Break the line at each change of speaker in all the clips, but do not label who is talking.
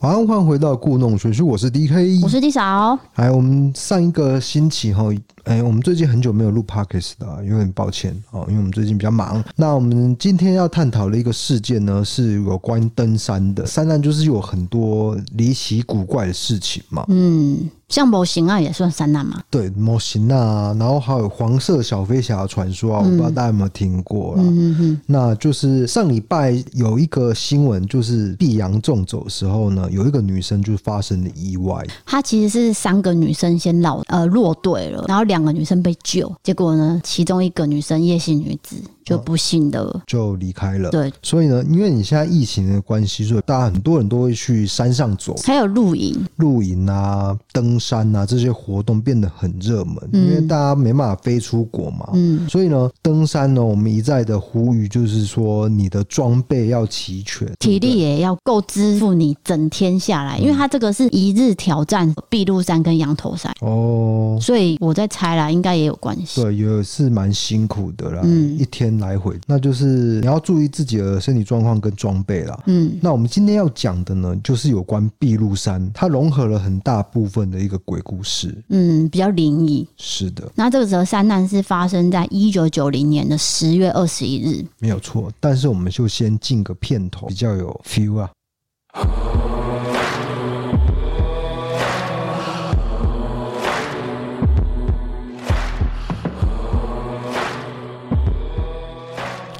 晚安，欢迎回到故弄玄虚，我是 D K，
我是 D 嫂，
哎，我们上一个星期哈，哎，我们最近很久没有录 podcast 了啊，有点抱歉哦，因为我们最近比较忙。那我们今天要探讨的一个事件呢，是有关于登山的。山难就是有很多离奇古怪的事情嘛，
嗯，像某型啊也算三难嘛，
对，模型啊，然后还有黄色小飞侠的传说啊，我不知道大家有没有听过啦。
嗯嗯嗯，
那就是上礼拜有一个新闻，就是碧阳纵走的时候呢，有一个女生就发生了意外，
他其实是三个女生先落呃落队了，然后两个女生被救，结果呢，其中一个女生夜行女子就不幸的、
就离开了。
对，
所以呢，因为你现在疫情的关系，所以大家很多人都会去山上走、
还有露营，
露营啊、登山啊这些活动变得很热门，
嗯
因为大家没办法飞出国嘛。
嗯
所以呢，登山呢，我们一再的呼吁，就是说你的装备要齐全，
体
对不
力也要够支付你整天下来，因为它这个是一日挑战碧露山跟羊头山，
对哦，
所以我在猜啦，应该也有关系。
对，也是蛮辛苦的啦，
嗯
一天来回，那就是你要注意自己的身体状况跟装备啦。
嗯，
那我们今天要讲的呢，就是有关碧露山，它融合了很大部分的一个鬼故事。
嗯，比较灵异。
是的，
那这个则三难是发生在一九九零年的十月二十一日，
没有错。但是我们就先进个片头，比较有 feel 啊。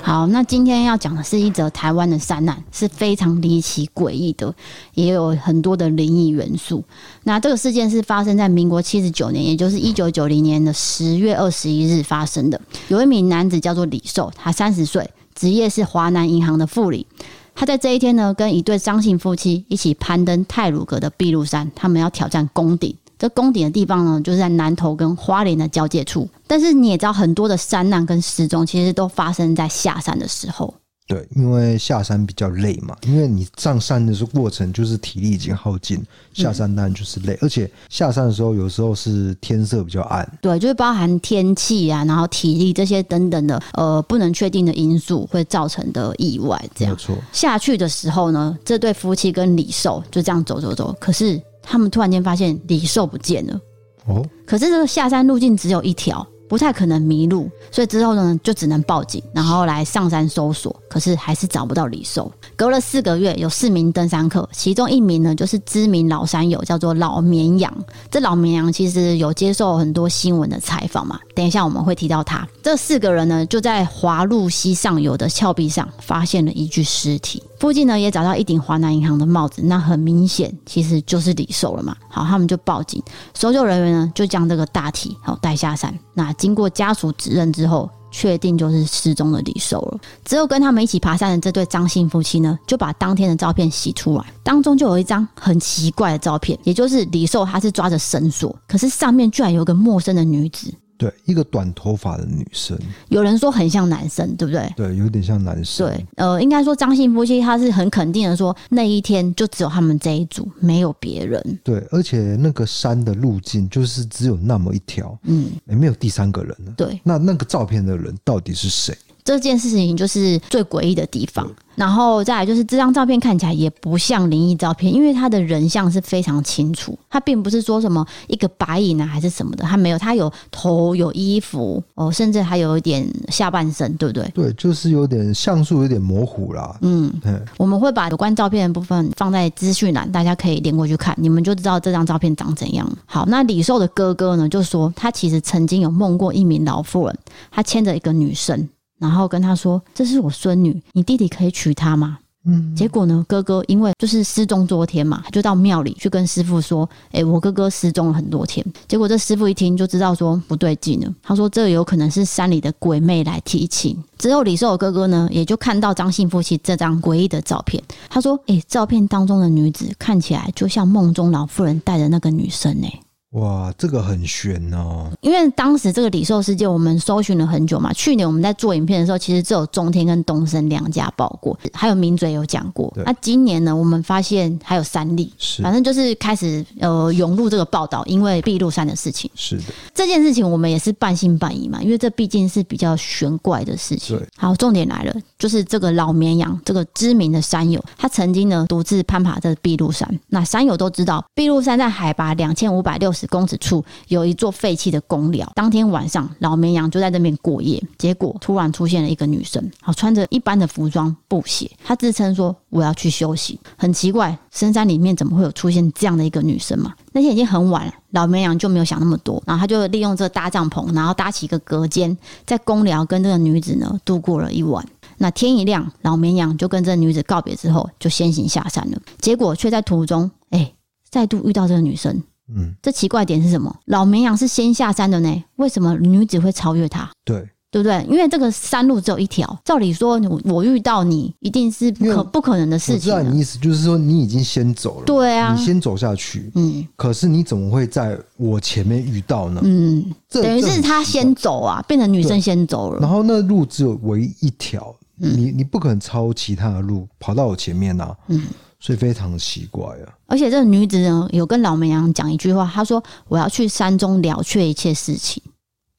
好，那今天要讲的是一则台湾的山难，是非常离奇诡异的，也有很多的灵异元素。那这个事件是发生在民国七十九年，也就是一九九零年的十月二十一日发生的。有一名男子叫做李寿，他三十岁，职业是华南银行的副理。他在这一天呢，跟一对张姓夫妻一起攀登泰鲁阁的碧露山，他们要挑战宫顶。这宫顶的地方呢，就是在南投跟花莲的交界处。但是你也知道，很多的山难跟失踪其实都发生在下山的时候。
对，因为下山比较累嘛，因为你上山的时候过程就是体力已经耗
嗯
尽，下山当然就是累，而且下山的时候有时候是天色比较暗，
对，就是包含天气啊，然后体力这些等等的，呃，不能确定的因素会造成的意外。
没
这样
有错。
下去的时候呢，这对夫妻跟李寿就这样走走走，可是他们突然间发现李寿不见了。
哦，
可是这个下山路径只有一条，不太可能迷路，所以之后呢就只能报警，然后来上山搜索，可是还是找不到李寿。隔了四个月，有四名登山客，其中一名呢就是知名老山友，叫做老绵羊。这老绵羊其实有接受很多新闻的采访嘛，等一下我们会提到他。这四个人呢就在华路溪上游的峭壁上发现了一具尸体，附近呢也找到一顶华南银行的帽子，那很明显其实就是李寿了嘛。好，他们就报警。搜救人员呢就将这个大体好带下山。那经过家属指认之后，确定就是失踪的李寿了。之后跟他们一起爬山的这对张姓夫妻呢，就把当天的照片洗出来，当中就有一张很奇怪的照片，也就是李寿他是抓着绳索，可是上面居然有个陌生的女子。
对，一个短头发的女生，
有人说很像男生，对不对？
对，有点像男生，
对，呃，应该说张姓夫妻他是很肯定的说，那一天就只有他们这一组，没有别人。
对，而且那个山的路径就是只有那么一条，
嗯，
也没有第三个人了。
对。
那那个照片的人到底是谁？
这件事情就是最诡异的地方。然后再来就是这张照片看起来也不像灵异照片，因为他的人像是非常清楚，他并不是说什么一个白影啊还是什么的，他没有，他有头有衣服哦，甚至还有一点下半身，对不对？
对，就是有点像素有点模糊啦。
嗯，
嗯，
我们会把有关照片的部分放在资讯栏，大家可以连过去看，你们就知道这张照片长怎样。好，那李寿的哥哥呢，就说他其实曾经有梦过一名老妇人，他牵着一个女生，然后跟她说：“这是我孙女，你弟弟可以娶她吗？”
嗯，
结果呢，哥哥因为就是失踪多天嘛，他就到庙里去跟师傅说：“诶、我哥哥失踪了很多天。”结果这师傅一听就知道说不对劲了，他说：“这有可能是山里的鬼魅来提亲。”之后，李寿的哥哥呢，也就看到张姓夫妻这张诡异的照片，他说：“诶、照片当中的女子看起来就像梦中老妇人带的那个女生诶、
哇，这个很悬哦。
因为当时这个李寿事件，我们搜寻了很久嘛。去年我们在做影片的时候，其实只有中天跟东升两家报过，还有名嘴有讲过
对。
那今年呢，我们发现还有三例，
是
反正就是开始呃涌入这个报道，因为碧露山的事情。
是的，
这件事情我们也是半信半疑嘛，因为这毕竟是比较玄怪的事情
对。
好，重点来了，就是这个老绵羊，这个知名的山友，他曾经呢独自攀爬这碧露山。那山友都知道，碧露山在海拔两千五百六十公尺处有一座废弃的公寮。当天晚上，老绵羊就在那边过夜，结果突然出现了一个女生，好穿着一般的服装布鞋，她自称说我要去休息。很奇怪，深山里面怎么会有出现这样的一个女生嘛？那天已经很晚了，老绵羊就没有想那么多，然后他就利用这个搭帐篷，然后搭起一个隔间，在公寮跟这个女子呢度过了一晚。那天一亮，老绵羊就跟这女子告别之后，就先行下山了。结果却在途中，哎、再度遇到这个女生。
嗯，
这奇怪点是什么？老绵羊是先下山的呢，为什么女子会超越他？
对，
对不对？因为这个山路只有一条，照理说我我遇到你一定是不
因为
可不可能的
我
事
知
情、
道
啊。
你意思，就是说你已经先走了，
对啊
你，先走下去，
嗯
可是你怎么会在我前面遇到呢？
嗯，
这
等于
这
是
很
他
奇怪
先走啊，变成女生先走了
然。后那路只有唯一一条，你你不可能超其他的路跑到我前面啊，
嗯
所以非常奇怪啊。
而且这个女子呢，有跟老绵羊讲一句话，她说：“我要去山中了却一切事情。”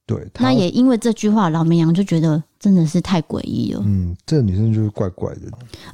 对，她
那也因为这句话，老绵羊就觉得真的是太诡异了。
嗯，这个女生就是怪怪的，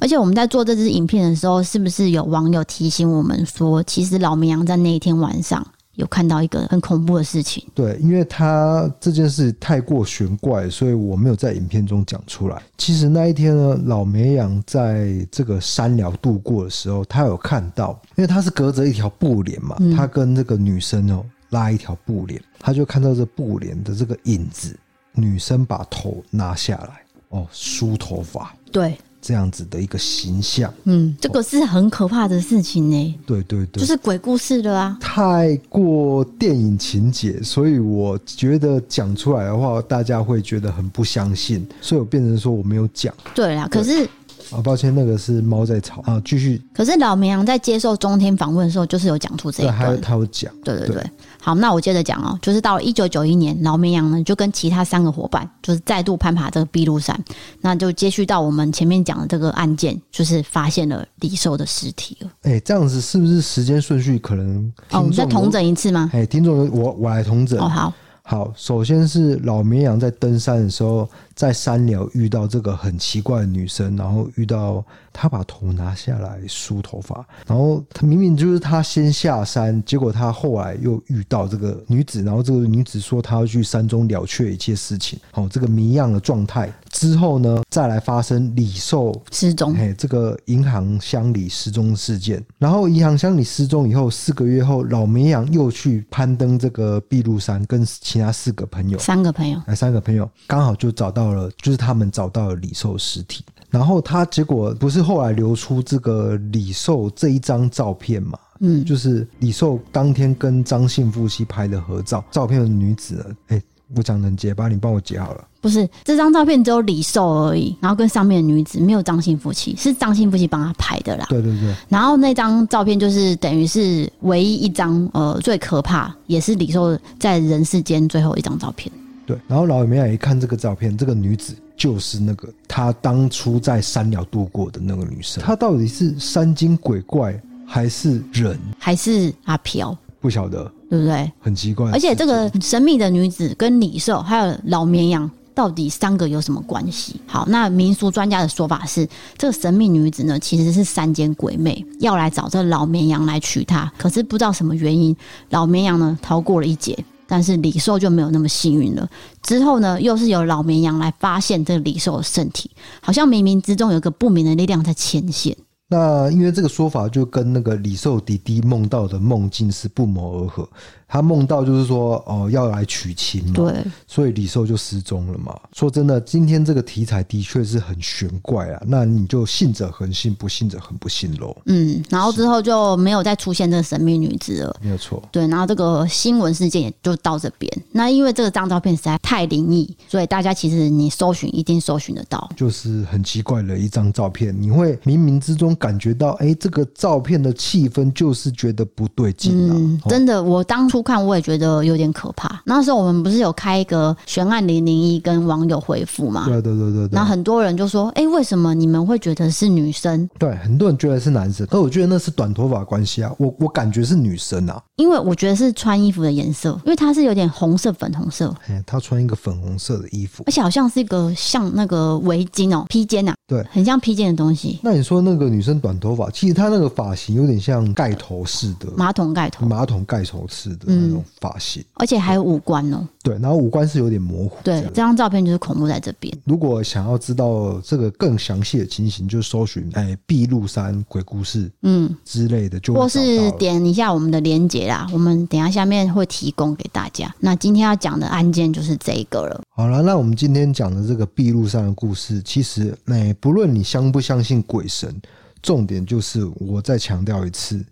而且我们在做这支影片的时候，是不是有网友提醒我们说，其实老绵羊在那一天晚上有看到一个很恐怖的事情？
对，因为她这件事太过玄怪，所以我没有在影片中讲出来。其实那一天呢，老绵羊在这个山寮度过的时候，她有看到，因为她是隔着一条布帘嘛，她跟这个女生哦拉一条布帘，她就看到这布帘的这个影子，女生把头拿下来，哦，梳头发。
对，
这样子的一个形象。
嗯，这个是很可怕的事情呢、
对对对，
就是鬼故事了啊。
太过电影情节，所以我觉得讲出来的话，大家会觉得很不相信，所以我变成说我没有讲
对啦，可是
啊，抱歉，那个是猫在
哦
吵啊，继续，
可是老绵羊在接受中天访问的时候，就是有讲出这一
对，还有
段。
他有讲，
对对对，好，那我接着讲哦，就是到了一九九一年，老绵羊呢就跟其他三个伙伴，就是再度攀爬这个碧露山，那就接续到我们前面讲的这个案件，就是发现了李寿的尸体了。
哎、这样子是不是时间顺序可能
哦，我
听
们再
众有
同？整一次吗？
哎、听众有，我我来同整。
哦，好，
好，首先是老绵羊在登山的时候，在山寮遇到这个很奇怪的女生，然后遇到她把头拿下来梳头发，然后她明明就是她先下山，结果她后来又遇到这个女子，然后这个女子说她要去山中了却一切事情，好、这个谜样的状态之后呢，再来发生李寿
失踪。
嘿，这个银行乡里失踪事件，然后银行乡里失踪以后，四个月后，老绵羊又去攀登这个碧露山，跟其他四个朋友，
三个朋友，
哎，三个朋友刚好就找到了，就是他们找到了李寿尸体。然后他结果不是后来流出这个李寿这一张照片嘛？
嗯，
就是李寿当天跟张姓夫妻拍的合照，照片的女子呢，哎，我讲能结巴，你帮我截好了。
不是这张照片只有李寿而已，然后跟上面的女子没有张姓夫妻，是张姓夫妻帮他拍的啦。
对对对，
然后那张照片就是等于是唯一一张呃最可怕，也是李寿在人世间最后一张照片。
对，然后老美亚一看这个照片，这个女子就是那个她当初在山寮度过的那个女生。她到底是山精鬼怪还是人？
还是阿飘，
不晓得，
对不对？
很奇怪。
而且这个神秘的女子跟李寿还有老绵羊。到底三个有什么关系？好，那民俗专家的说法是，这个神秘女子呢，其实是山间鬼魅，要来找这老绵羊来娶她。可是不知道什么原因，老绵羊呢逃过了一劫，但是李寿就没有那么幸运了。之后呢，又是由老绵羊来发现这个李寿的身体，好像冥冥之中有个不明的力量在牵线。
那因为这个说法就跟那个李寿弟弟梦到的梦境是不谋而合。他梦到就是说哦、要来娶亲嘛，
对，
所以李寿就失踪了嘛。说真的，今天这个题材的确是很玄怪啊。那你就信者恒信，不信者恒不信喽，
嗯，然后之后就没有再出现这个神秘女子了。
没有错。
对，然后这个新闻事件也就到这边。那因为这个张照片实在太灵异，所以大家其实你搜寻一定搜寻得到。
就是很奇怪的一张照片，你会冥冥之中感觉到，哎、这个照片的气氛就是觉得不对劲了、
嗯，
哦
真的，我当初看我也觉得有点可怕。那时候我们不是有开一个悬案零零一跟网友回复嘛
对，啊对对对对
然后，很多人就说：“哎、为什么你们会觉得是女生？
对，很多人觉得是男生，但我觉得那是短头发的关系啊，我我感觉是女生啊，
因为我觉得是穿衣服的颜色，因为它是有点红色、粉红色，
哎、她穿一个粉红色的衣服。
而且好像是一个像那个围巾哦、披肩呐、
对
很像披肩的东西，
那你说那个女生短头发，其实她那个发型有点像盖头式的，
马桶盖头，
马桶盖头式的
嗯
那种发型。
而且还有五官哦、
对，然后五官是有点模糊。
对，这张照片就是恐怖在这边。
如果想要知道这个更详细的情形，就搜寻哎碧露山鬼故事
嗯，
之类的，就会
或是
找到了
点一下我们的链接啦，我们等一下下面会提供给大家。那今天要讲的案件就是这一个了。
好了，那我们今天讲的这个碧露山的故事，其实哎，不论你相不相信鬼神，重点就是我再强调一次，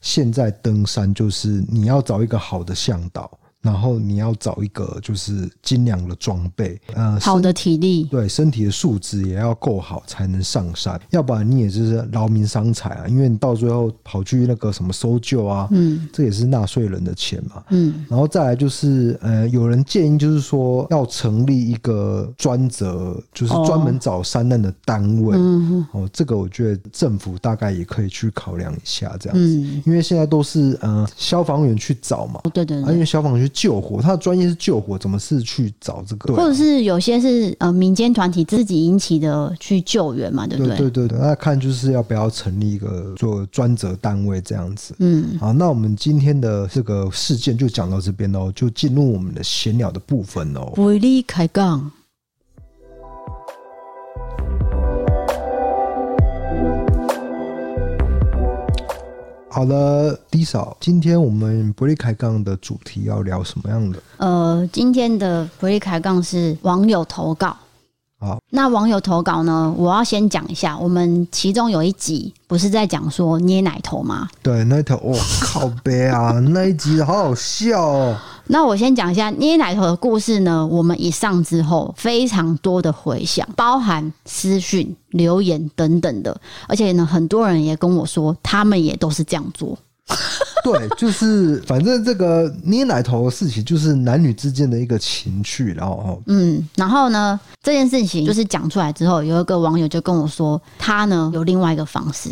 现在登山就是你要找一个好的向导，然后你要找一个就是精良的装备，呃，
好的体力，
对身体的素质也要够好才能上山，要不然你也就是劳民伤财啊，因为你到最后跑去那个什么搜救啊，
嗯
这也是纳税人的钱嘛。
嗯，
然后再来就是，呃，有人建议就是说要成立一个专责，就是
哦
专门找山难的单位。
嗯
哦，这个我觉得政府大概也可以去考量一下这样子，
嗯，哦
因为现在都是呃消防员去找嘛，
对对
啊、因
对，
为消防员去救火，他的专业是救火，怎么是去找这个？对啊
或者是有些是呃民间团体自己引起的去救援嘛，对不
对对对对，那看就是要不要成立一个做专责单位这样子。
嗯，
好，那我们今天的这个事件就讲到这边喽，就进入我们的闲聊的部分喽。
威力开杠。
好了，低嫂，今天我们不利开杠的主题要聊什么样的？
呃，今天的不利开杠是网友投稿。
好，
那网友投稿呢？我要先讲一下，我们其中有一集不是在讲说捏奶头吗？
对，那一条 哦，靠背啊，那一集好好笑哦。
那我先讲一下捏奶头的故事呢。我们一上之后，非常多的回响，包含私讯、留言等等的，而且呢，很多人也跟我说，他们也都是这样做。
对，就是反正这个捏奶头的事情，就是男女之间的一个情趣，然后哦，
嗯，然后呢，这件事情就是讲出来之后，有一个网友就跟我说，他呢有另外一个方式。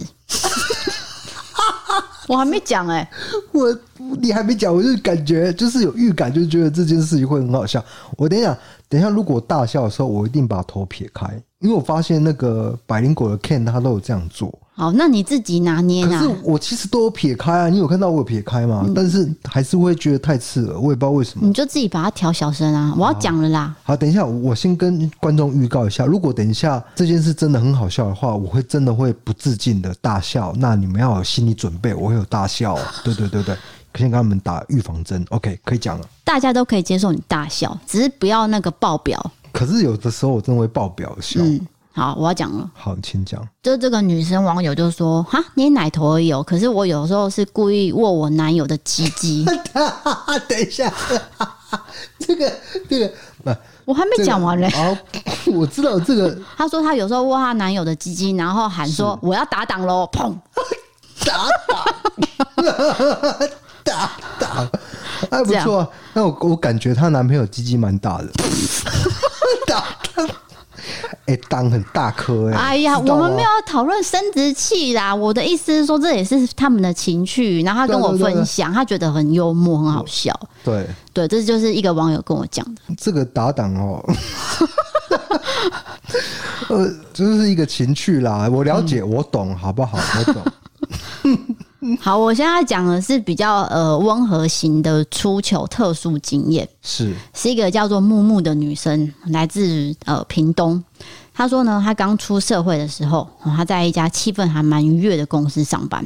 我还没讲哎、
我你还没讲，我就感觉就是有预感，就觉得这件事情会很好笑。我等一下，等一下，如果大笑的时候，我一定把头撇开，因为我发现那个百灵果的 Ken 他都有这样做。
好，那你自己拿捏啊
可
啦
是。我其实都有撇开啊，你有看到我有撇开吗？但是还是会觉得太刺耳，我也不知道为什么。
你就自己把它调小声啊！我要讲了啦，
好，等一下，我先跟观众预告一下，如果等一下这件事真的很好笑的话，我会真的会不自禁的大笑，那你们要有心理准备，我会有大笑哦。对对对对，先跟他们打预防针，OK，可以讲了。
大家都可以接受你大笑，只是不要那个爆表。
可是有的时候我真的会爆表笑。
嗯，好，我要讲了。
好，请讲。
就这个女生网友就说：“哈，捏奶头而已哦，可是我有时候是故意握我男友的鸡 鸡。
啊等一下， 这个这个不，”
我还没讲完嘞。
好， 我知道这个
她说她有时候握她男友的鸡鸡，然后喊说：“我要打档喽！”砰！
打打打打，哎，不
这样
错啊。那我我感觉她男朋友鸡鸡蛮 大的， 打打，哎，当很大颗哎。
哎呀，
知道
我
吗
们没有讨论生殖器啦。我的意思是说，这也是他们的情趣。然后她跟我
对对对
分享，她觉得很幽默，很好笑。
对
对，这就是一个网友跟我讲的。
这个打档哦。 呃，就是一个情趣啦，我了
嗯
解，我懂，好不好？我 懂。嗯
好，我现在讲的是比较呃温和型的出糗特殊经验。
是
是一个叫做木木的女生，来自呃屏东。她说呢，她刚出社会的时候，哦她在一家气氛还蛮愉悦的公司上班，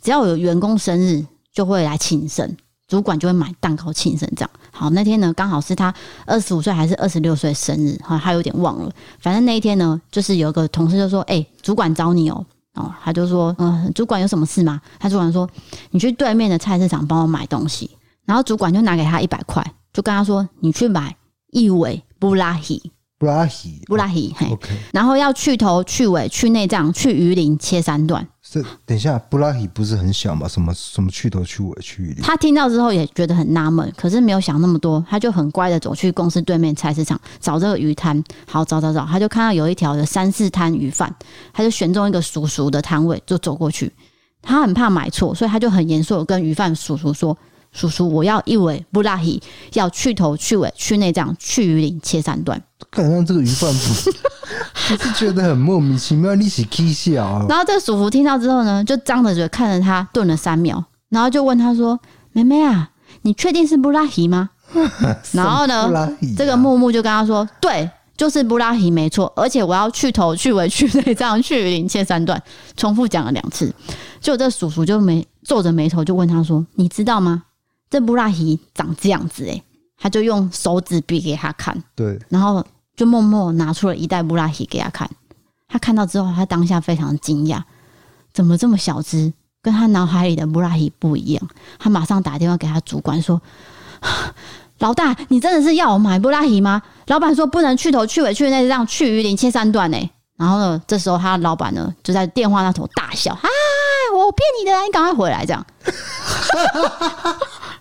只要有员工生日，就会来庆生。主管就会买蛋糕庆生，这样好。那天呢，刚好是她二十五岁还是二十六岁生日，哈，她有点忘了。反正那一天呢，就是有一个同事就说：“哎、主管找你哦。”哦，他就说：“嗯，主管有什么事吗？”他主管说：“你去对面的菜市场帮我买东西。”然后主管就拿给他一百块，就跟他说：“你去买一尾布拉希，
布拉希，哦
布拉希，嘿，
OK，
然后要去头、去尾、去内脏、去鱼鳞，切三段。
这等一下，布拉提不是很小嘛？什么什么去头去尾去里，
他听到之后也觉得很纳闷，可是没有想那么多，他就很乖的走去公司对面菜市场找这个鱼摊。好，找找找，他就看到有一条有三四摊鱼贩，他就选中一个熟熟的摊位就走过去。他很怕买错，所以他就很严肃的跟鱼贩叔叔说：“叔叔，我要一尾布拉提，要去头去尾去内脏去鱼鳞切三段。”
看让这个鱼贩 不，就是觉得很莫名其妙，你是 K 笑啊？
然后这个叔父听到之后呢，就张着嘴看着他，顿了三秒，然后就问他说：“妹妹啊，你确定是布拉提吗？” 然后
布
呢，
拉提啊
呃这个木木就跟他说：“对，就是布拉提没错，而且我要去头去尾去内脏去鳞切三段，重复讲了两次。”就这叔叔就没皱着眉头就问他说：“你知道吗？这布拉提长这样子诶、欸他就用手指比给他看，
对，
然后就默默拿出了一袋布拉提给他看。他看到之后，他当下非常惊讶，怎么这么小只？跟他脑海里的布拉提不一样。他马上打电话给他主管说：“老大，你真的是要我买布拉提吗？”老板说：“不能去头去尾去内脏去鱼鳞切三段呢、然后呢，这时候他老板呢就在电话那头大笑：“啊，我骗你的啊啦，你赶快回来！”这样。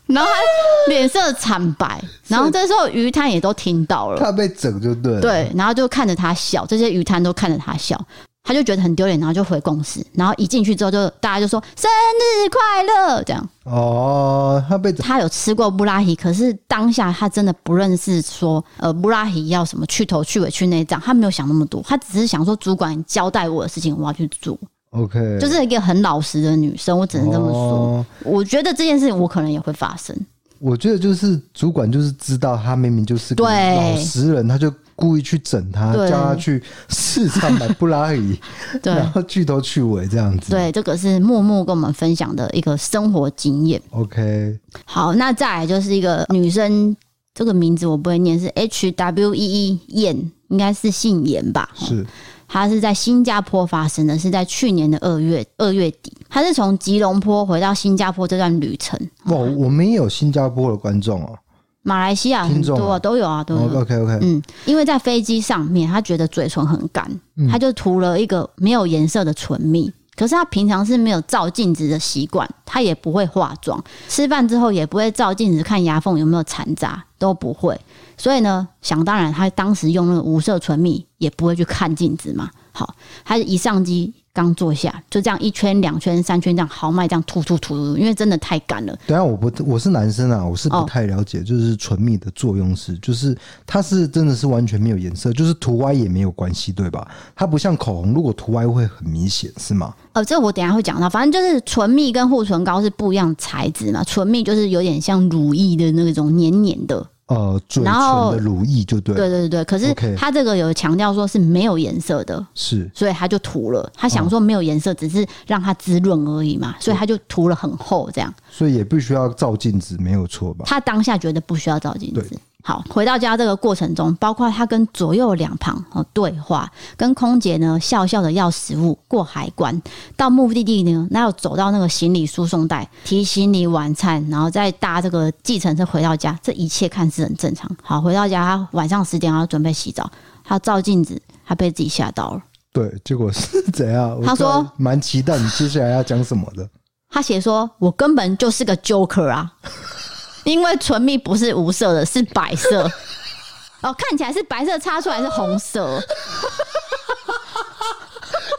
然后他脸色惨白，然后这时候鱼摊也都听到了，
他被整就对了，，
对，然后就看着他笑，这些鱼摊都看着他笑，他就觉得很丢脸，然后就回公司，然后一进去之后就大家就说生日快乐这样。
哦，他被整，
他有吃过布拉提，可是当下他真的不认识说呃布拉提要什么去头去尾去内脏，他没有想那么多，他只是想说主管交代我的事情我要去做，
OK，
就是一个很老实的女生，我只能这么说。
哦
我觉得这件事情我可能也会发生，
我觉得就是主管就是知道他明明就是个
对
老实人，他就故意去整他，
对
叫他去市场买布拉提，
对。
然后去头去尾这样子。
对，这个是默默跟我们分享的一个生活经验。
，OK，
好，那再来就是一个女生，这个名字我不会念，是 H W E E 燕，应该是姓严吧？
是
她是在新加坡发生的，是在去年的二月二月底，她是从吉隆坡回到新加坡这段旅程。
哇，哦我们也有新加坡的观众哦。
马来西亚很
听众啊
多、啊、都有啊，都有。
OK OK，
嗯，因为在飞机上面，她觉得嘴唇很干，她就涂了一个没有颜色的唇蜜。可是她平常是没有照镜子的习惯，她也不会化妆，吃饭之后也不会照镜子看牙缝有没有残渣，都不会。所以呢，想当然，她当时用那个无色唇蜜也不会去看镜子嘛。好，她一上机刚坐下，就这样一圈、两圈、三圈这样豪迈这样涂涂涂涂，因为真的太干了。
等一下啊我不我是男生啊，我是不
哦
太了解，就是唇蜜的作用是，就是它是真的是完全没有颜色，就是涂歪也没有关系，对吧？它不像口红，如果涂歪会很明显，是吗？
呃，这我等一下会讲到，反正就是唇蜜跟护唇膏是不一样的材质嘛。唇蜜就是有点像乳液的那种黏黏的，
呃，嘴
然
唇
后
的乳液就对了，
对对对对。可是
OK
它这个有强调说是没有颜色的，
是
所以他就涂了。他想说没有颜色，只是让它滋润而已嘛，所以他就涂了很厚这样。
所以也必须要照镜子，没有错吧？
他当下觉得不需要照镜子
对。
好，回到家这个过程中，包括他跟左右两旁哦对话，跟空姐呢笑笑的要食物，过海关，到目的地呢，那要走到那个行李输送带，提行李晚餐，然后再搭这个计程车回到家，这一切看似很正常。好，回到家，他晚上十点要准备洗澡，他照镜子，他被自己吓到了。
对，结果是怎样？我
他说
突然蛮期待你接下来要讲什么 的。
他写说：“我根本就是个 joker 啊， 因为唇蜜不是无色的，是白色。 哦，看起来是白色擦出来是红色，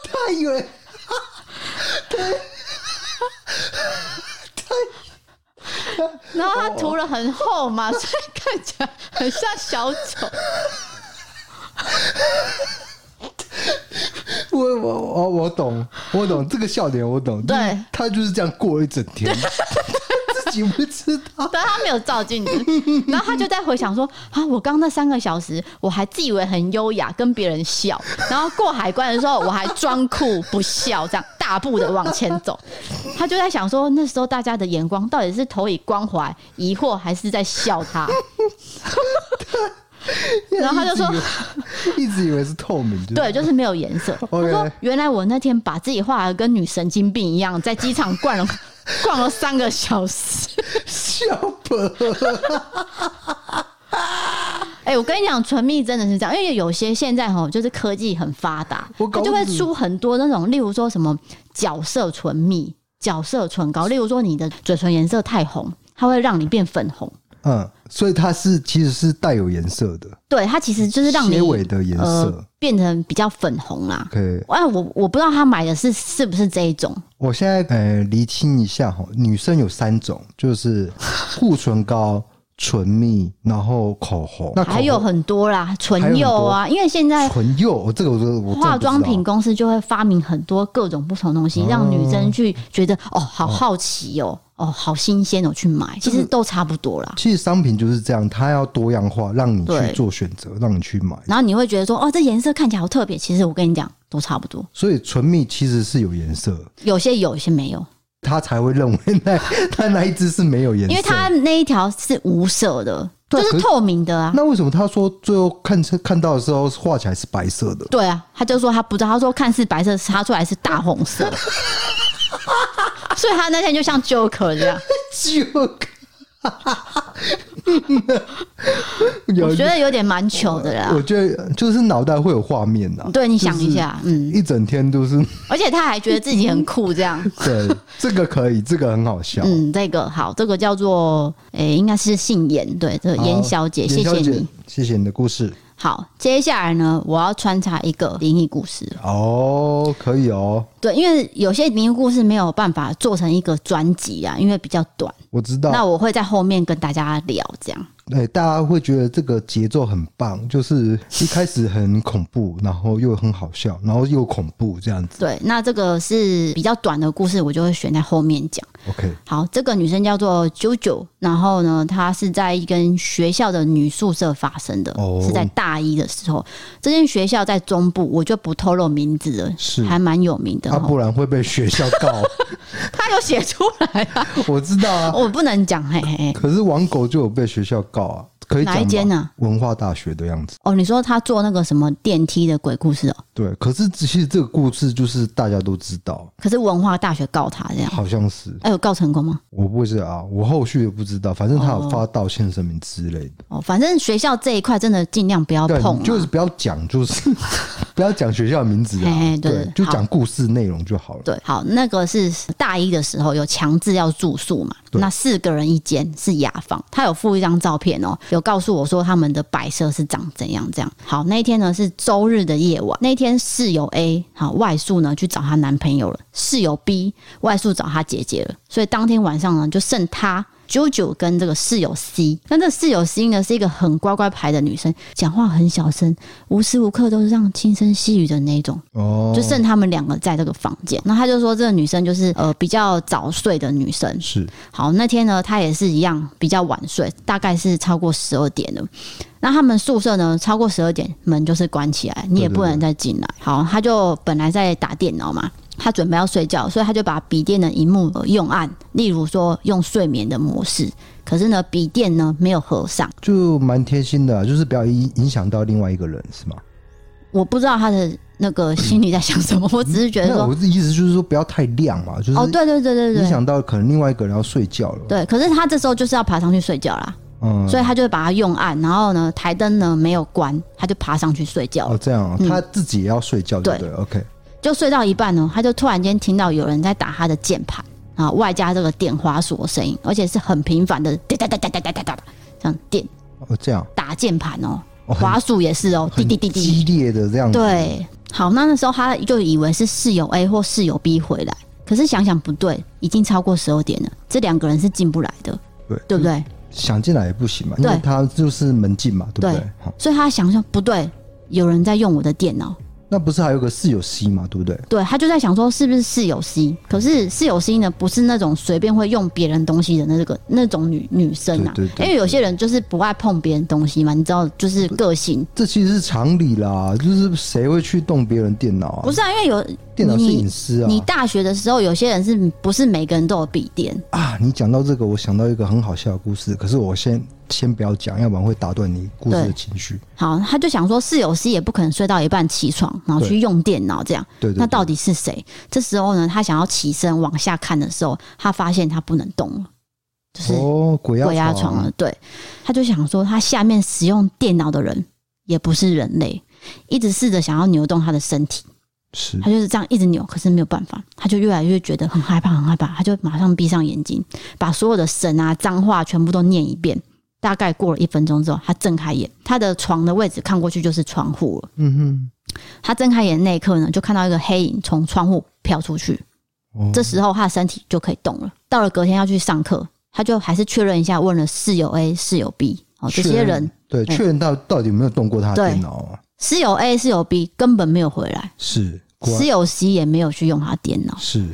他以为，
然后他涂了很厚嘛，所以看起来很像小丑。
我我我我懂，我懂这个笑点，我懂。
对
就是他就是这样过了一整 天，自己不知道。
但他没有照镜子，然后他就在回想说：啊，我刚那三个小时，我还自以为很优雅，跟别人笑，然后过海关的时候，我还装酷不笑，这样 大步的往前走。他就在想说，那时候大家的眼光到底是投以关怀、疑惑，还是在笑他？ 然后他就说
一直以为，一直以为是透明，就是
对，就是没有颜色。他
OK
说：“原来我那天把自己画的跟女神经病一样，在机场逛了逛了三个小时。
笑本。
哎、哎、我跟你讲，唇蜜真的是这样，因为有些现在吼，就是科技很发达
我，搞
它
不
就会
懂
出很多那种，例如说什么角色唇蜜、角色唇膏，例如说你的嘴唇颜色太红，它会让你变粉红。
嗯，所以它是其实是带有颜色的，
对，它其实就是让你
结尾的颜
呃
色。
变成比较粉红啦。
OK，
哎，我我不知道他买的是是不是这一种，
我现在呃厘清一下哈，女生有三种，就是护唇膏、唇蜜，然后口红，那口红
还有很多啦，
还有
唇
很
釉啊，因为现在
唇釉，这个我都我真的不知道哦
化妆品公司就会发明很多各种不同的东西，让女生去觉得哦，好好奇哦，哦，好新鲜哦，去买，其实都差不多啦。
其实商品就是这样，它要多样化，让你去
对
做选择，让你去买。
然后你会觉得说，哦，这颜色看起来好特别，其实我跟你讲，都差不多，
所以唇蜜其实是有颜色，
有些有，有些没有，
他才会认为那 他那一只是没有颜色。
因为它那一条是无色的，
对
就
啊可是
是透明的啊。
那为什么他说最后看看到的时候画起来是白色的？
对啊，他就说他不知道，他说看似白色，擦出来是大红 色，所以他那天就像 Joker 这样，
就有
啊我觉得有点蛮糗的啦
我。觉得就是脑袋会有画面呐、
对，你想一下，嗯，
一整天都是
而且他还觉得自己很酷，这样，
对这个可以，这个很好笑。
嗯，这个好，这个叫做，诶、应该是姓严，对，这个
好
严小姐，谢
严小
谢
哦姐
你。，
谢谢你的故事
好，接下来呢，我要穿插一个灵异故事了，
哦，可以哦，
对，因为有些灵异故事没有办法做成一个专辑啊，因为比较短，
我知道。
那我会在后面跟大家聊，这样。
哎、大家会觉得这个节奏很棒，就是一开始很恐怖，然后又很好笑，然后又恐怖这样子。
对，那这个是比较短的故事，我就会选在后面讲。
OK，
好，这个女生叫做啾啾，然后呢，她是在一间学校的女宿舍发生的，
哦
是在大一的时候。这间学校在中部，我就不透露名字了，
是
还蛮有名的
啊，
哦。
不然会被学校告。
她有写出来 啊，
我知道啊，
我不能讲，嘿嘿嘿。
可是网狗就有被学校告啊，可以讲
哪一
吗
间啊
文化大学的样子。
哦，你说她做那个什么电梯的鬼故事哦？
对，可是其实这个故事就是大家都知道，
可是文化大学告她这样，
好像是
哎、有告成功吗？
我不知道啊，我后续也不知道，反正他有发道歉声明之类的。
哦，反正学校这一块真的尽量不要
对，
碰、
你
啊，
就是不要讲，就是 不要讲学校的名字啊，
嘿嘿对
对，
对
就
好
讲故事内容就好了。
对，好，那个是大一的时候有强制要住宿嘛，
对
那四个人一间是雅房，他有附一张照片哦，有告诉我说他们的摆设是长怎样这样。好，那一天呢是周日的夜晚，那一天室友 A 好外宿呢去找她男朋友了，室友 B 外宿找她姐姐了，所以当天晚上呢就剩她。九九跟这个室友 C，那这室友 C 呢是一个很乖乖牌的女生，讲话很小声，无时无刻都是这样轻声细语的那种。
哦，
就剩他们两个在这个房间。那他就说，这个女生就是呃比较早睡的女生。
是
好，那天呢，她也是一样比较晚睡，大概是超过十二点了。那他们宿舍呢，超过十二点门就是关起来，你也
对对
不能
对
再进来。好，他就本来在打电脑嘛。他准备要睡觉，所以他就把笔电的荧幕呃用暗，例如说用睡眠的模式。可是呢，笔电呢没有合上，
就蛮贴心的啊、就是不要影影响到另外一个人，是吗？
我不知道他的那个心里在想 什么。我只是觉得
那
说，
我的意思就是说不要太亮嘛，就是
哦，对对对对对，
影响到可能另外一个人要睡觉了。
对，可是他这时候就是要爬上去睡觉啦，
嗯，
所以他就把它用暗，然后呢，台灯呢没有关，他就爬上去睡觉了
哦，。这样、啊，他自己也要睡觉，对不
嗯对
对？OK，
就睡到一半呢，他就突然间听到有人在打他的键盘啊，外加这个点滑鼠的声音，而且是很频繁的滴哒哒哒哒哒哒哒，这样点
哦，这样，
打键盘哦，
哦很嗯
滑鼠也是哦，滴
很
滴滴滴。
激烈的这样子，，
对，好，那那时候他就以为是室友 A 或室友 B 回来，可是想想不对，已经超过十二点了，这两个人是进不来的，
对
对不对？
想进来也不行嘛，因为
对
他就是门禁嘛，对不对
对？
好，
所以他想说不对，有人在用我的电脑。
那不是还有个室友 C 嘛，对不对？
对他就在想说是不是室友 C，可是室友 C 呢不是那种随便会用别人东西的那个那种女女生啊，
对对对
因为有些人就是不爱碰别人东西嘛，你知道就是个性，
这其实是常理啦，就是谁会去动别人电脑啊？
不是啊，因为有
电脑是隐
你
私啊
你大学的时候有些人是不是每个人都有笔电？
啊！你讲到这个，我想到一个很好笑的故事，可是我先先不要讲，要不然会打断你故事的
对
情绪。
好，他就想说室友 C 也不可能睡到一半起床，然后去用电脑这样，
对对对
那到底是谁？这时候呢，他想要起身往下看的时候，他发现他不能动了。啊就是
哦，鬼
鬼
压
压床了。对，他就想说，他下面使用电脑的人也不是人类，一直试着想要扭动他的身体，
是
他就是这样一直扭，可是没有办法，他就越来越觉得很害怕，很害怕，他就马上闭上眼睛，把所有的神啊、脏话全部都念一遍。大概过了一分钟之后，他睁开眼，他的床的位置看过去就是窗户了。
嗯
他睁开眼的那一刻呢，就看到一个黑影从窗户飘出去，
哼，哦
这时候他的身体就可以动了。到了隔天要去上课，他就还是确认一下，问了室友 A、室友 B，哦，这
确
些
认
人
对
哎
确认到到底有没有动过他的
对
电脑啊，
室友 A、室友 B 根本没有回来，
是果然
室友 C 也没有去用他的电脑，
是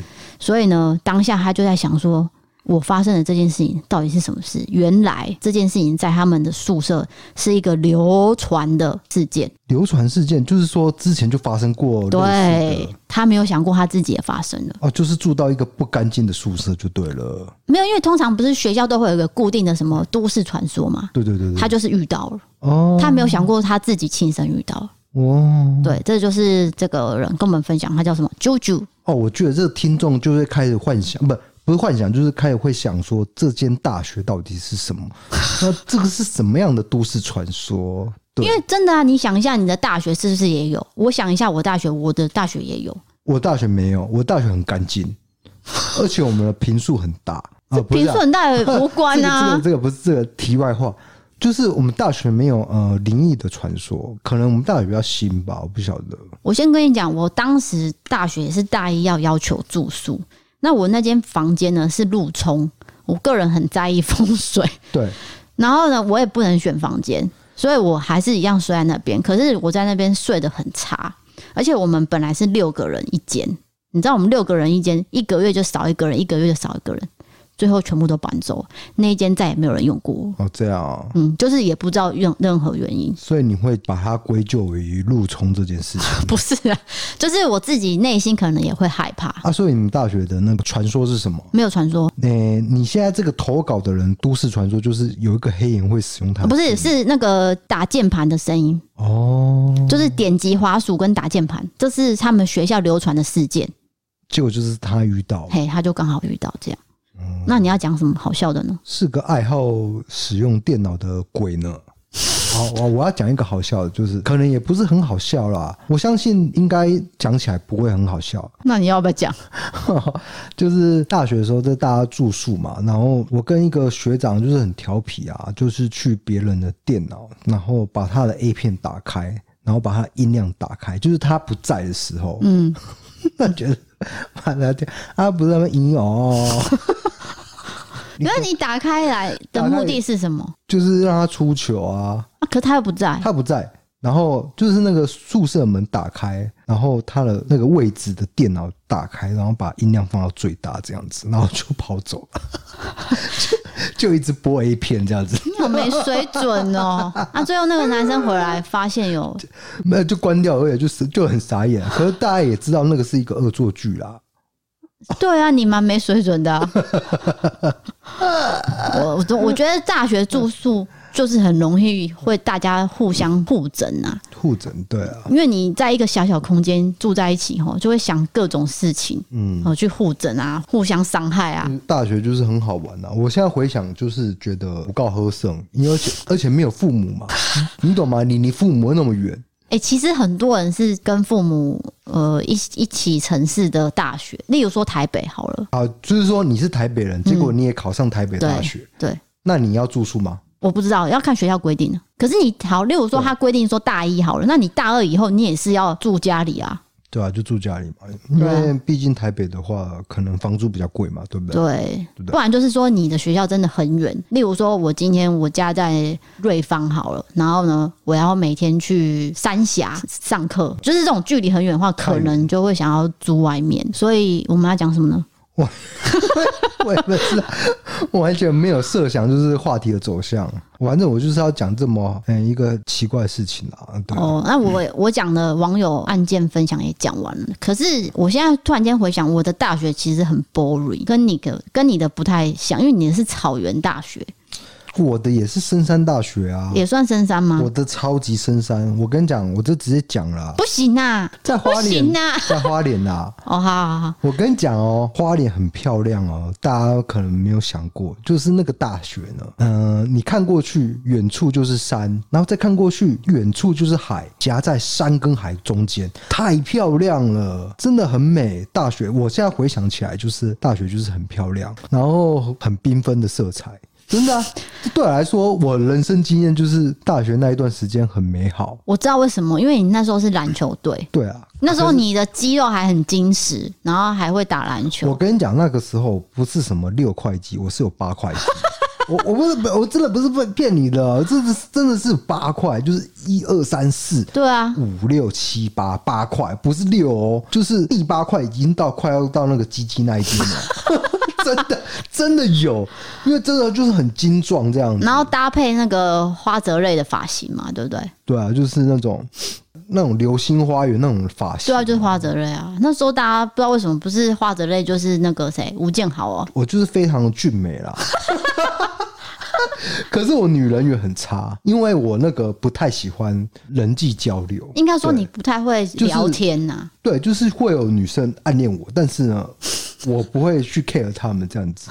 所以呢，当下他就在想说。我发生的这件事情到底是什么事？原来这件事情在他们的宿舍是一个流传的事件，
流传事件，就是说之前就发生过类似
对
的
他没有想过他自己也发生了。
哦，就是住到一个不干净的宿舍就对了，
没有，因为通常不是学校都会有一个固定的什么都市传说嘛，
对对对对，
他就是遇到了。
哦
他没有想过他自己亲身遇到。
哦
对，这就是这个人跟我们分享，他叫什么啾啾。
哦，我觉得这个听众就会开始幻想，不不是幻想，就是开始会想说这间大学到底是什 么？那这个是什么样的都市传说？对
因，为真的啊，你想一下，你的大学是不是也有？我想一下，我大学，我的大学也有。
我大学没有，我大学很干净，而且我们的频数很大啊，不
平
是啊。
数很大也无关啊
这个这个这个不是这个题外话，就是我们大学没有呃灵异的传说，可能我们大学比较新吧，我不晓得。
我先跟你讲，我当时大学是大一要要求住宿，那我那间房间呢是路冲，我个人很在意风水，
对，
然后呢，我也不能选房间，所以我还是一样睡在那边。可是我在那边睡得很差，而且我们本来是六个人一间，你知道我们六个人一间，一个月就少一个人，一个月就少一个人，最后全部都搬走，那一间再也没有人用过。
哦这样哦、
嗯，就是也不知道用任何原因，
所以你会把它归咎于路冲这件事情
不是啊，就是我自己内心可能也会害怕。
啊？所以你们大学的那个传说是什么？
没有传说，
呃、你现在这个投稿的人，都市传说就是有一个黑影会使用它，
不是是那个打键盘的声音，
哦，
就是点击滑鼠跟打键盘，这是他们学校流传的事件。
结果就是他遇到
嘿，他就刚好遇到这样。那你要讲什么好笑的呢？
是个爱好使用电脑的鬼呢。好，我我要讲一个好笑的，就是可能也不是很好笑啦。我相信应该讲起来不会很好笑，
那你要不要讲？
就是大学的时候，在大家住宿嘛，然后我跟一个学长就是很调皮啊，就是去别人的电脑，然后把他的 A 片打开，然后把他音量打开，就是他不在的时候，
嗯，
那觉得把他听，啊不是那么音哦，
那你打开来的目的是什么？
就是让他出糗啊，
啊、可他又不在，
他不在。然后就是那个宿舍门打开，然后他的那个位置的电脑打开，然后把音量放到最大这样子，然后就跑走了， 就就一直播 A 片这样子。
你好没水准哦！啊，最后那个男生回来发现有，
没有就关掉而已，就是就很傻眼。啊可是大家也知道那个是一个恶作剧啦，
对啊，你蛮没水准的啊、我我我觉得大学住宿就是很容易会大家互相互整啊，
互整对啊，
因为你在一个小小空间住在一起吼，就会想各种事情，
嗯
哦，去互整啊，互相伤害啊，
大学就是很好玩啊。我现在回想就是觉得不告喝胜，因为而且而且没有父母嘛， 你懂吗？你你父母那么远，
哎、其实很多人是跟父母呃一一起城市的大学，例如说台北好了，
啊，就是说你是台北人，结果你也考上台北大
对
学，
对，
那你要住宿吗？
我不知道要看学校规定的。可是你好，例如说他规定说大一好了，那你大二以后你也是要住家里啊，
对啊，就住家里嘛，因
对啊
为毕竟台北的话，可能房租比较贵嘛，对不对？
对，
对
不然就是说你的学校真的很远。例如说我今天我家在瑞芳好了，然后呢我要每天去三峡上课，就是这种距离很远的话，
太
可
远
能就会想要租外面。所以我们要讲什么呢？
我也不知道，我完全没有设想，就是话题的走向。反正我就是要讲这么嗯一个奇怪的事情啊，对啊，
哦，那我我讲的网友案件分享也讲完了，可是我现在突然间回想，我的大学其实很 boring，跟你的跟你的不太像，因为你的是草原大学，
我的也是深山大学啊，
也算深山吗
我？的超级深山。我跟你讲，我就直接讲了啊、
不行啊，
在
不
花莲
行，啊！
在花莲啊，
哦，好好好，
我跟你讲哦，花莲很漂亮哦，大家可能没有想过，就是那个大学呢，嗯、你看过去远处就是山，然后再看过去远处就是海，夹在山跟海中间，太漂亮了，真的很美。大学，我现在回想起来，就是大学就是很漂亮，然后很缤纷的色彩。真的、啊，对我来说，我人生经验就是大学那一段时间很美好。
我知道为什么，因为你那时候是篮球队，
对啊，
那时候你的肌肉还很结实，然后还会打篮
我
球。
跟你讲，那个时候不是什么六块肌，我是有八块肌。 我我不是不我真的不是骗骗你的，这是真的是八块，就是一二三四
对啊，
五六七八八块，不是六哦，就是第八块已经到快要到那个鸡鸡那一边了， 真的真的有，因为真的就是很精壮这样子，
然后搭配那个花泽类的发型嘛，对不对？
对啊，就是那种那种流星花园那种发型
对，啊，就是花泽类啊。那时候大家不知道为什么不是花泽类，就是那个谁吴建豪哦。
我就是非常的俊美啦。 可是我女人缘很差，因为我那个不太喜欢人际交流。
应该说你不太会聊天呐、
对，就是会有女生暗恋我，但是呢，我不会去 care 她们这样子。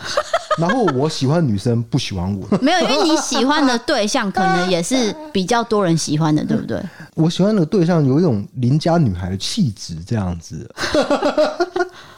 然后我喜欢女生不喜欢我，
没有，因为你喜欢的对象可能也是比较多人喜欢的，对不 对？
我喜欢的对象有一种邻家女孩的气质这样子。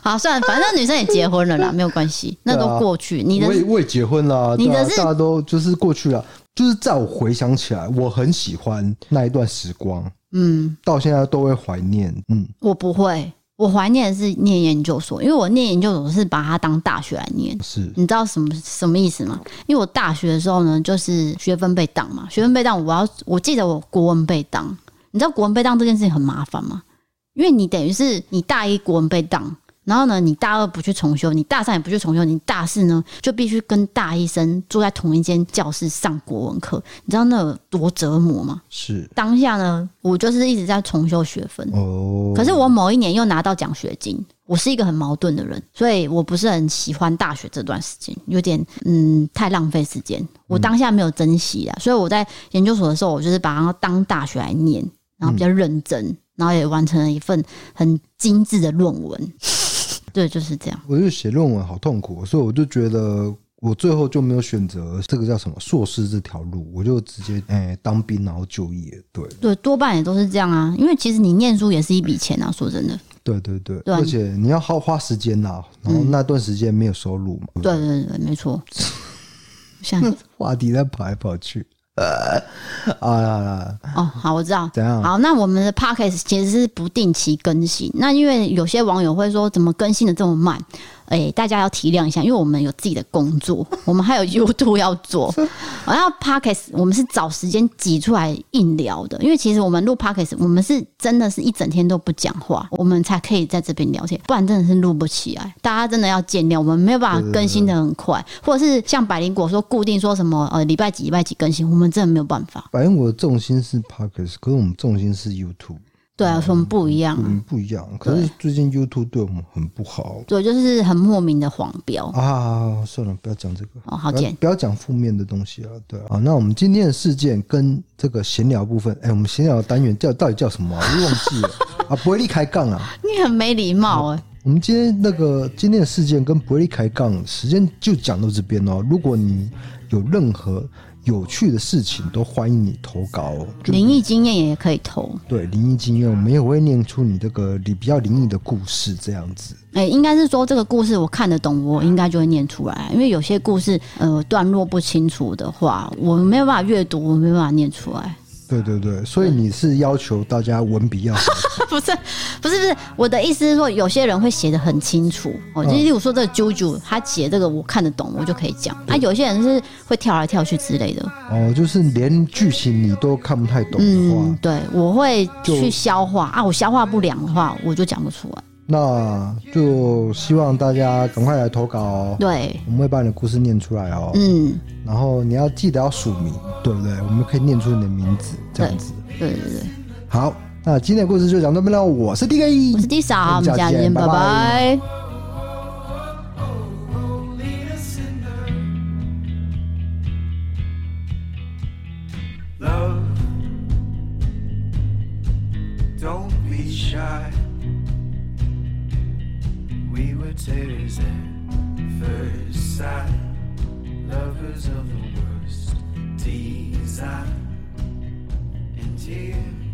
好，算了，反正女生也结婚了啦，没有关系，那
对啊
都过去。你 的
我也我也结婚啦，
你的
对啊
是
大家都就是过去了。就是在我回想起来，我很喜欢那一段时光，
嗯，
到现在都会怀念。嗯，
我不会，我怀念的是念研究所，因为我念研究所是把它当大学来念。
是
你知道什么什么意思吗？因为我大学的时候呢，就是学分被当嘛，学分被当，我要我记得我国文被当，你知道国文被当这件事情很麻烦吗？因为你等于是你大一国文被当，然后呢，你大二不去重修，你大三也不去重修，你大四呢就必须跟大一生住在同一间教室上国文课，你知道那有多折磨吗？
是
当下呢，我就是一直在重修学分，
哦，
可是我某一年又拿到奖学金，我是一个很矛盾的人，所以我不是很喜欢大学这段时间，有点嗯太浪费时间，我当下没有珍惜啊，所以我在研究所的时候，我就是把它当大学来念，然后比较认真，然后也完成了一份很精致的论文，对，就是这样。
我就写论文好痛苦，所以我就觉得我最后就没有选择这个叫什么硕士这条路，我就直接诶、当兵然后就业。对
对，多半也都是这样啊，因为其实你念书也是一笔钱啊，说真的，
对对对，
对啊嗯
而且你要耗花时间呐、啊然后那段时间没有收入嘛。
对对对，没错。像
话题在跑来跑去。呃，啊啦啦，
哦，好，我知道。
怎样
好，那我们的 podcast 其实是不定期更新。那因为有些网友会说，怎么更新的这么慢？哎、大家要体谅一下，因为我们有自己的工作，我们还有 YouTube 要做。然后 podcast 我们是找时间挤出来硬聊的，因为其实我们录 podcast，我们是真的是一整天都不讲话，我们才可以在这边聊天，不然真的是录不起来。大家真的要见谅，我们没有办法更新的很快，或者是像百灵果说固定说什么呃礼拜几礼拜几更新，我们真的没有办法。
反正我的重心是 Parkes，可是我们重心是 YouTube，
对啊，所以我们不一样啊。
嗯，不一样。可是最近 YouTube 对我们很不好
对，就是很莫名的黄标。
啊，算了，不要讲这个。
哦，好
不要
贱，
不要讲负面的东西啊，对啊。好那我们今天的事件跟这个闲聊部分，哎、我们闲聊的单元叫到底叫什么啊、我又忘记 了啊，伯利开杠啊。
你很没礼貌哎、
我们今天那个今天的事件跟伯利开杠，时间就讲到这边哦。如果你有任何有趣的事情，都欢迎你投稿哦。就
灵异经验也可以投，
对灵异经验，我们也会念出你这个你比较灵异的故事这样子。
哎、应该是说这个故事我看得懂，我应该就会念出来。因为有些故事呃段落不清楚的话，我没有办法阅读，我没有办法念出来。
对对对，所以你是要求大家文笔要好，
不是，不是，不是，我的意思是说，有些人会写的很清楚哦，就
嗯
是例如说这个啾啾，他写这个我看得懂，我就可以讲。啊，有些人是会跳来跳去之类的。
哦，就是连剧情你都看不太懂的话，
嗯，对，我会
就
去消化啊，我消化不良的话，我就讲不出来。
那就希望大家赶快来投稿哦。
对，
我们会把你的故事念出来哦，
嗯，
然后你要记得要署名，对不对？我们可以念出你的名字，这样子。
对对对，
好，那今天的故事就讲到这边了。我是 D K，
我是 D 嫂，
我
我
们
们
下
下
次
次
见
见，拜
拜拜
拜。
lead a sinner potatoes at first sight. Lovers of the worst design. And here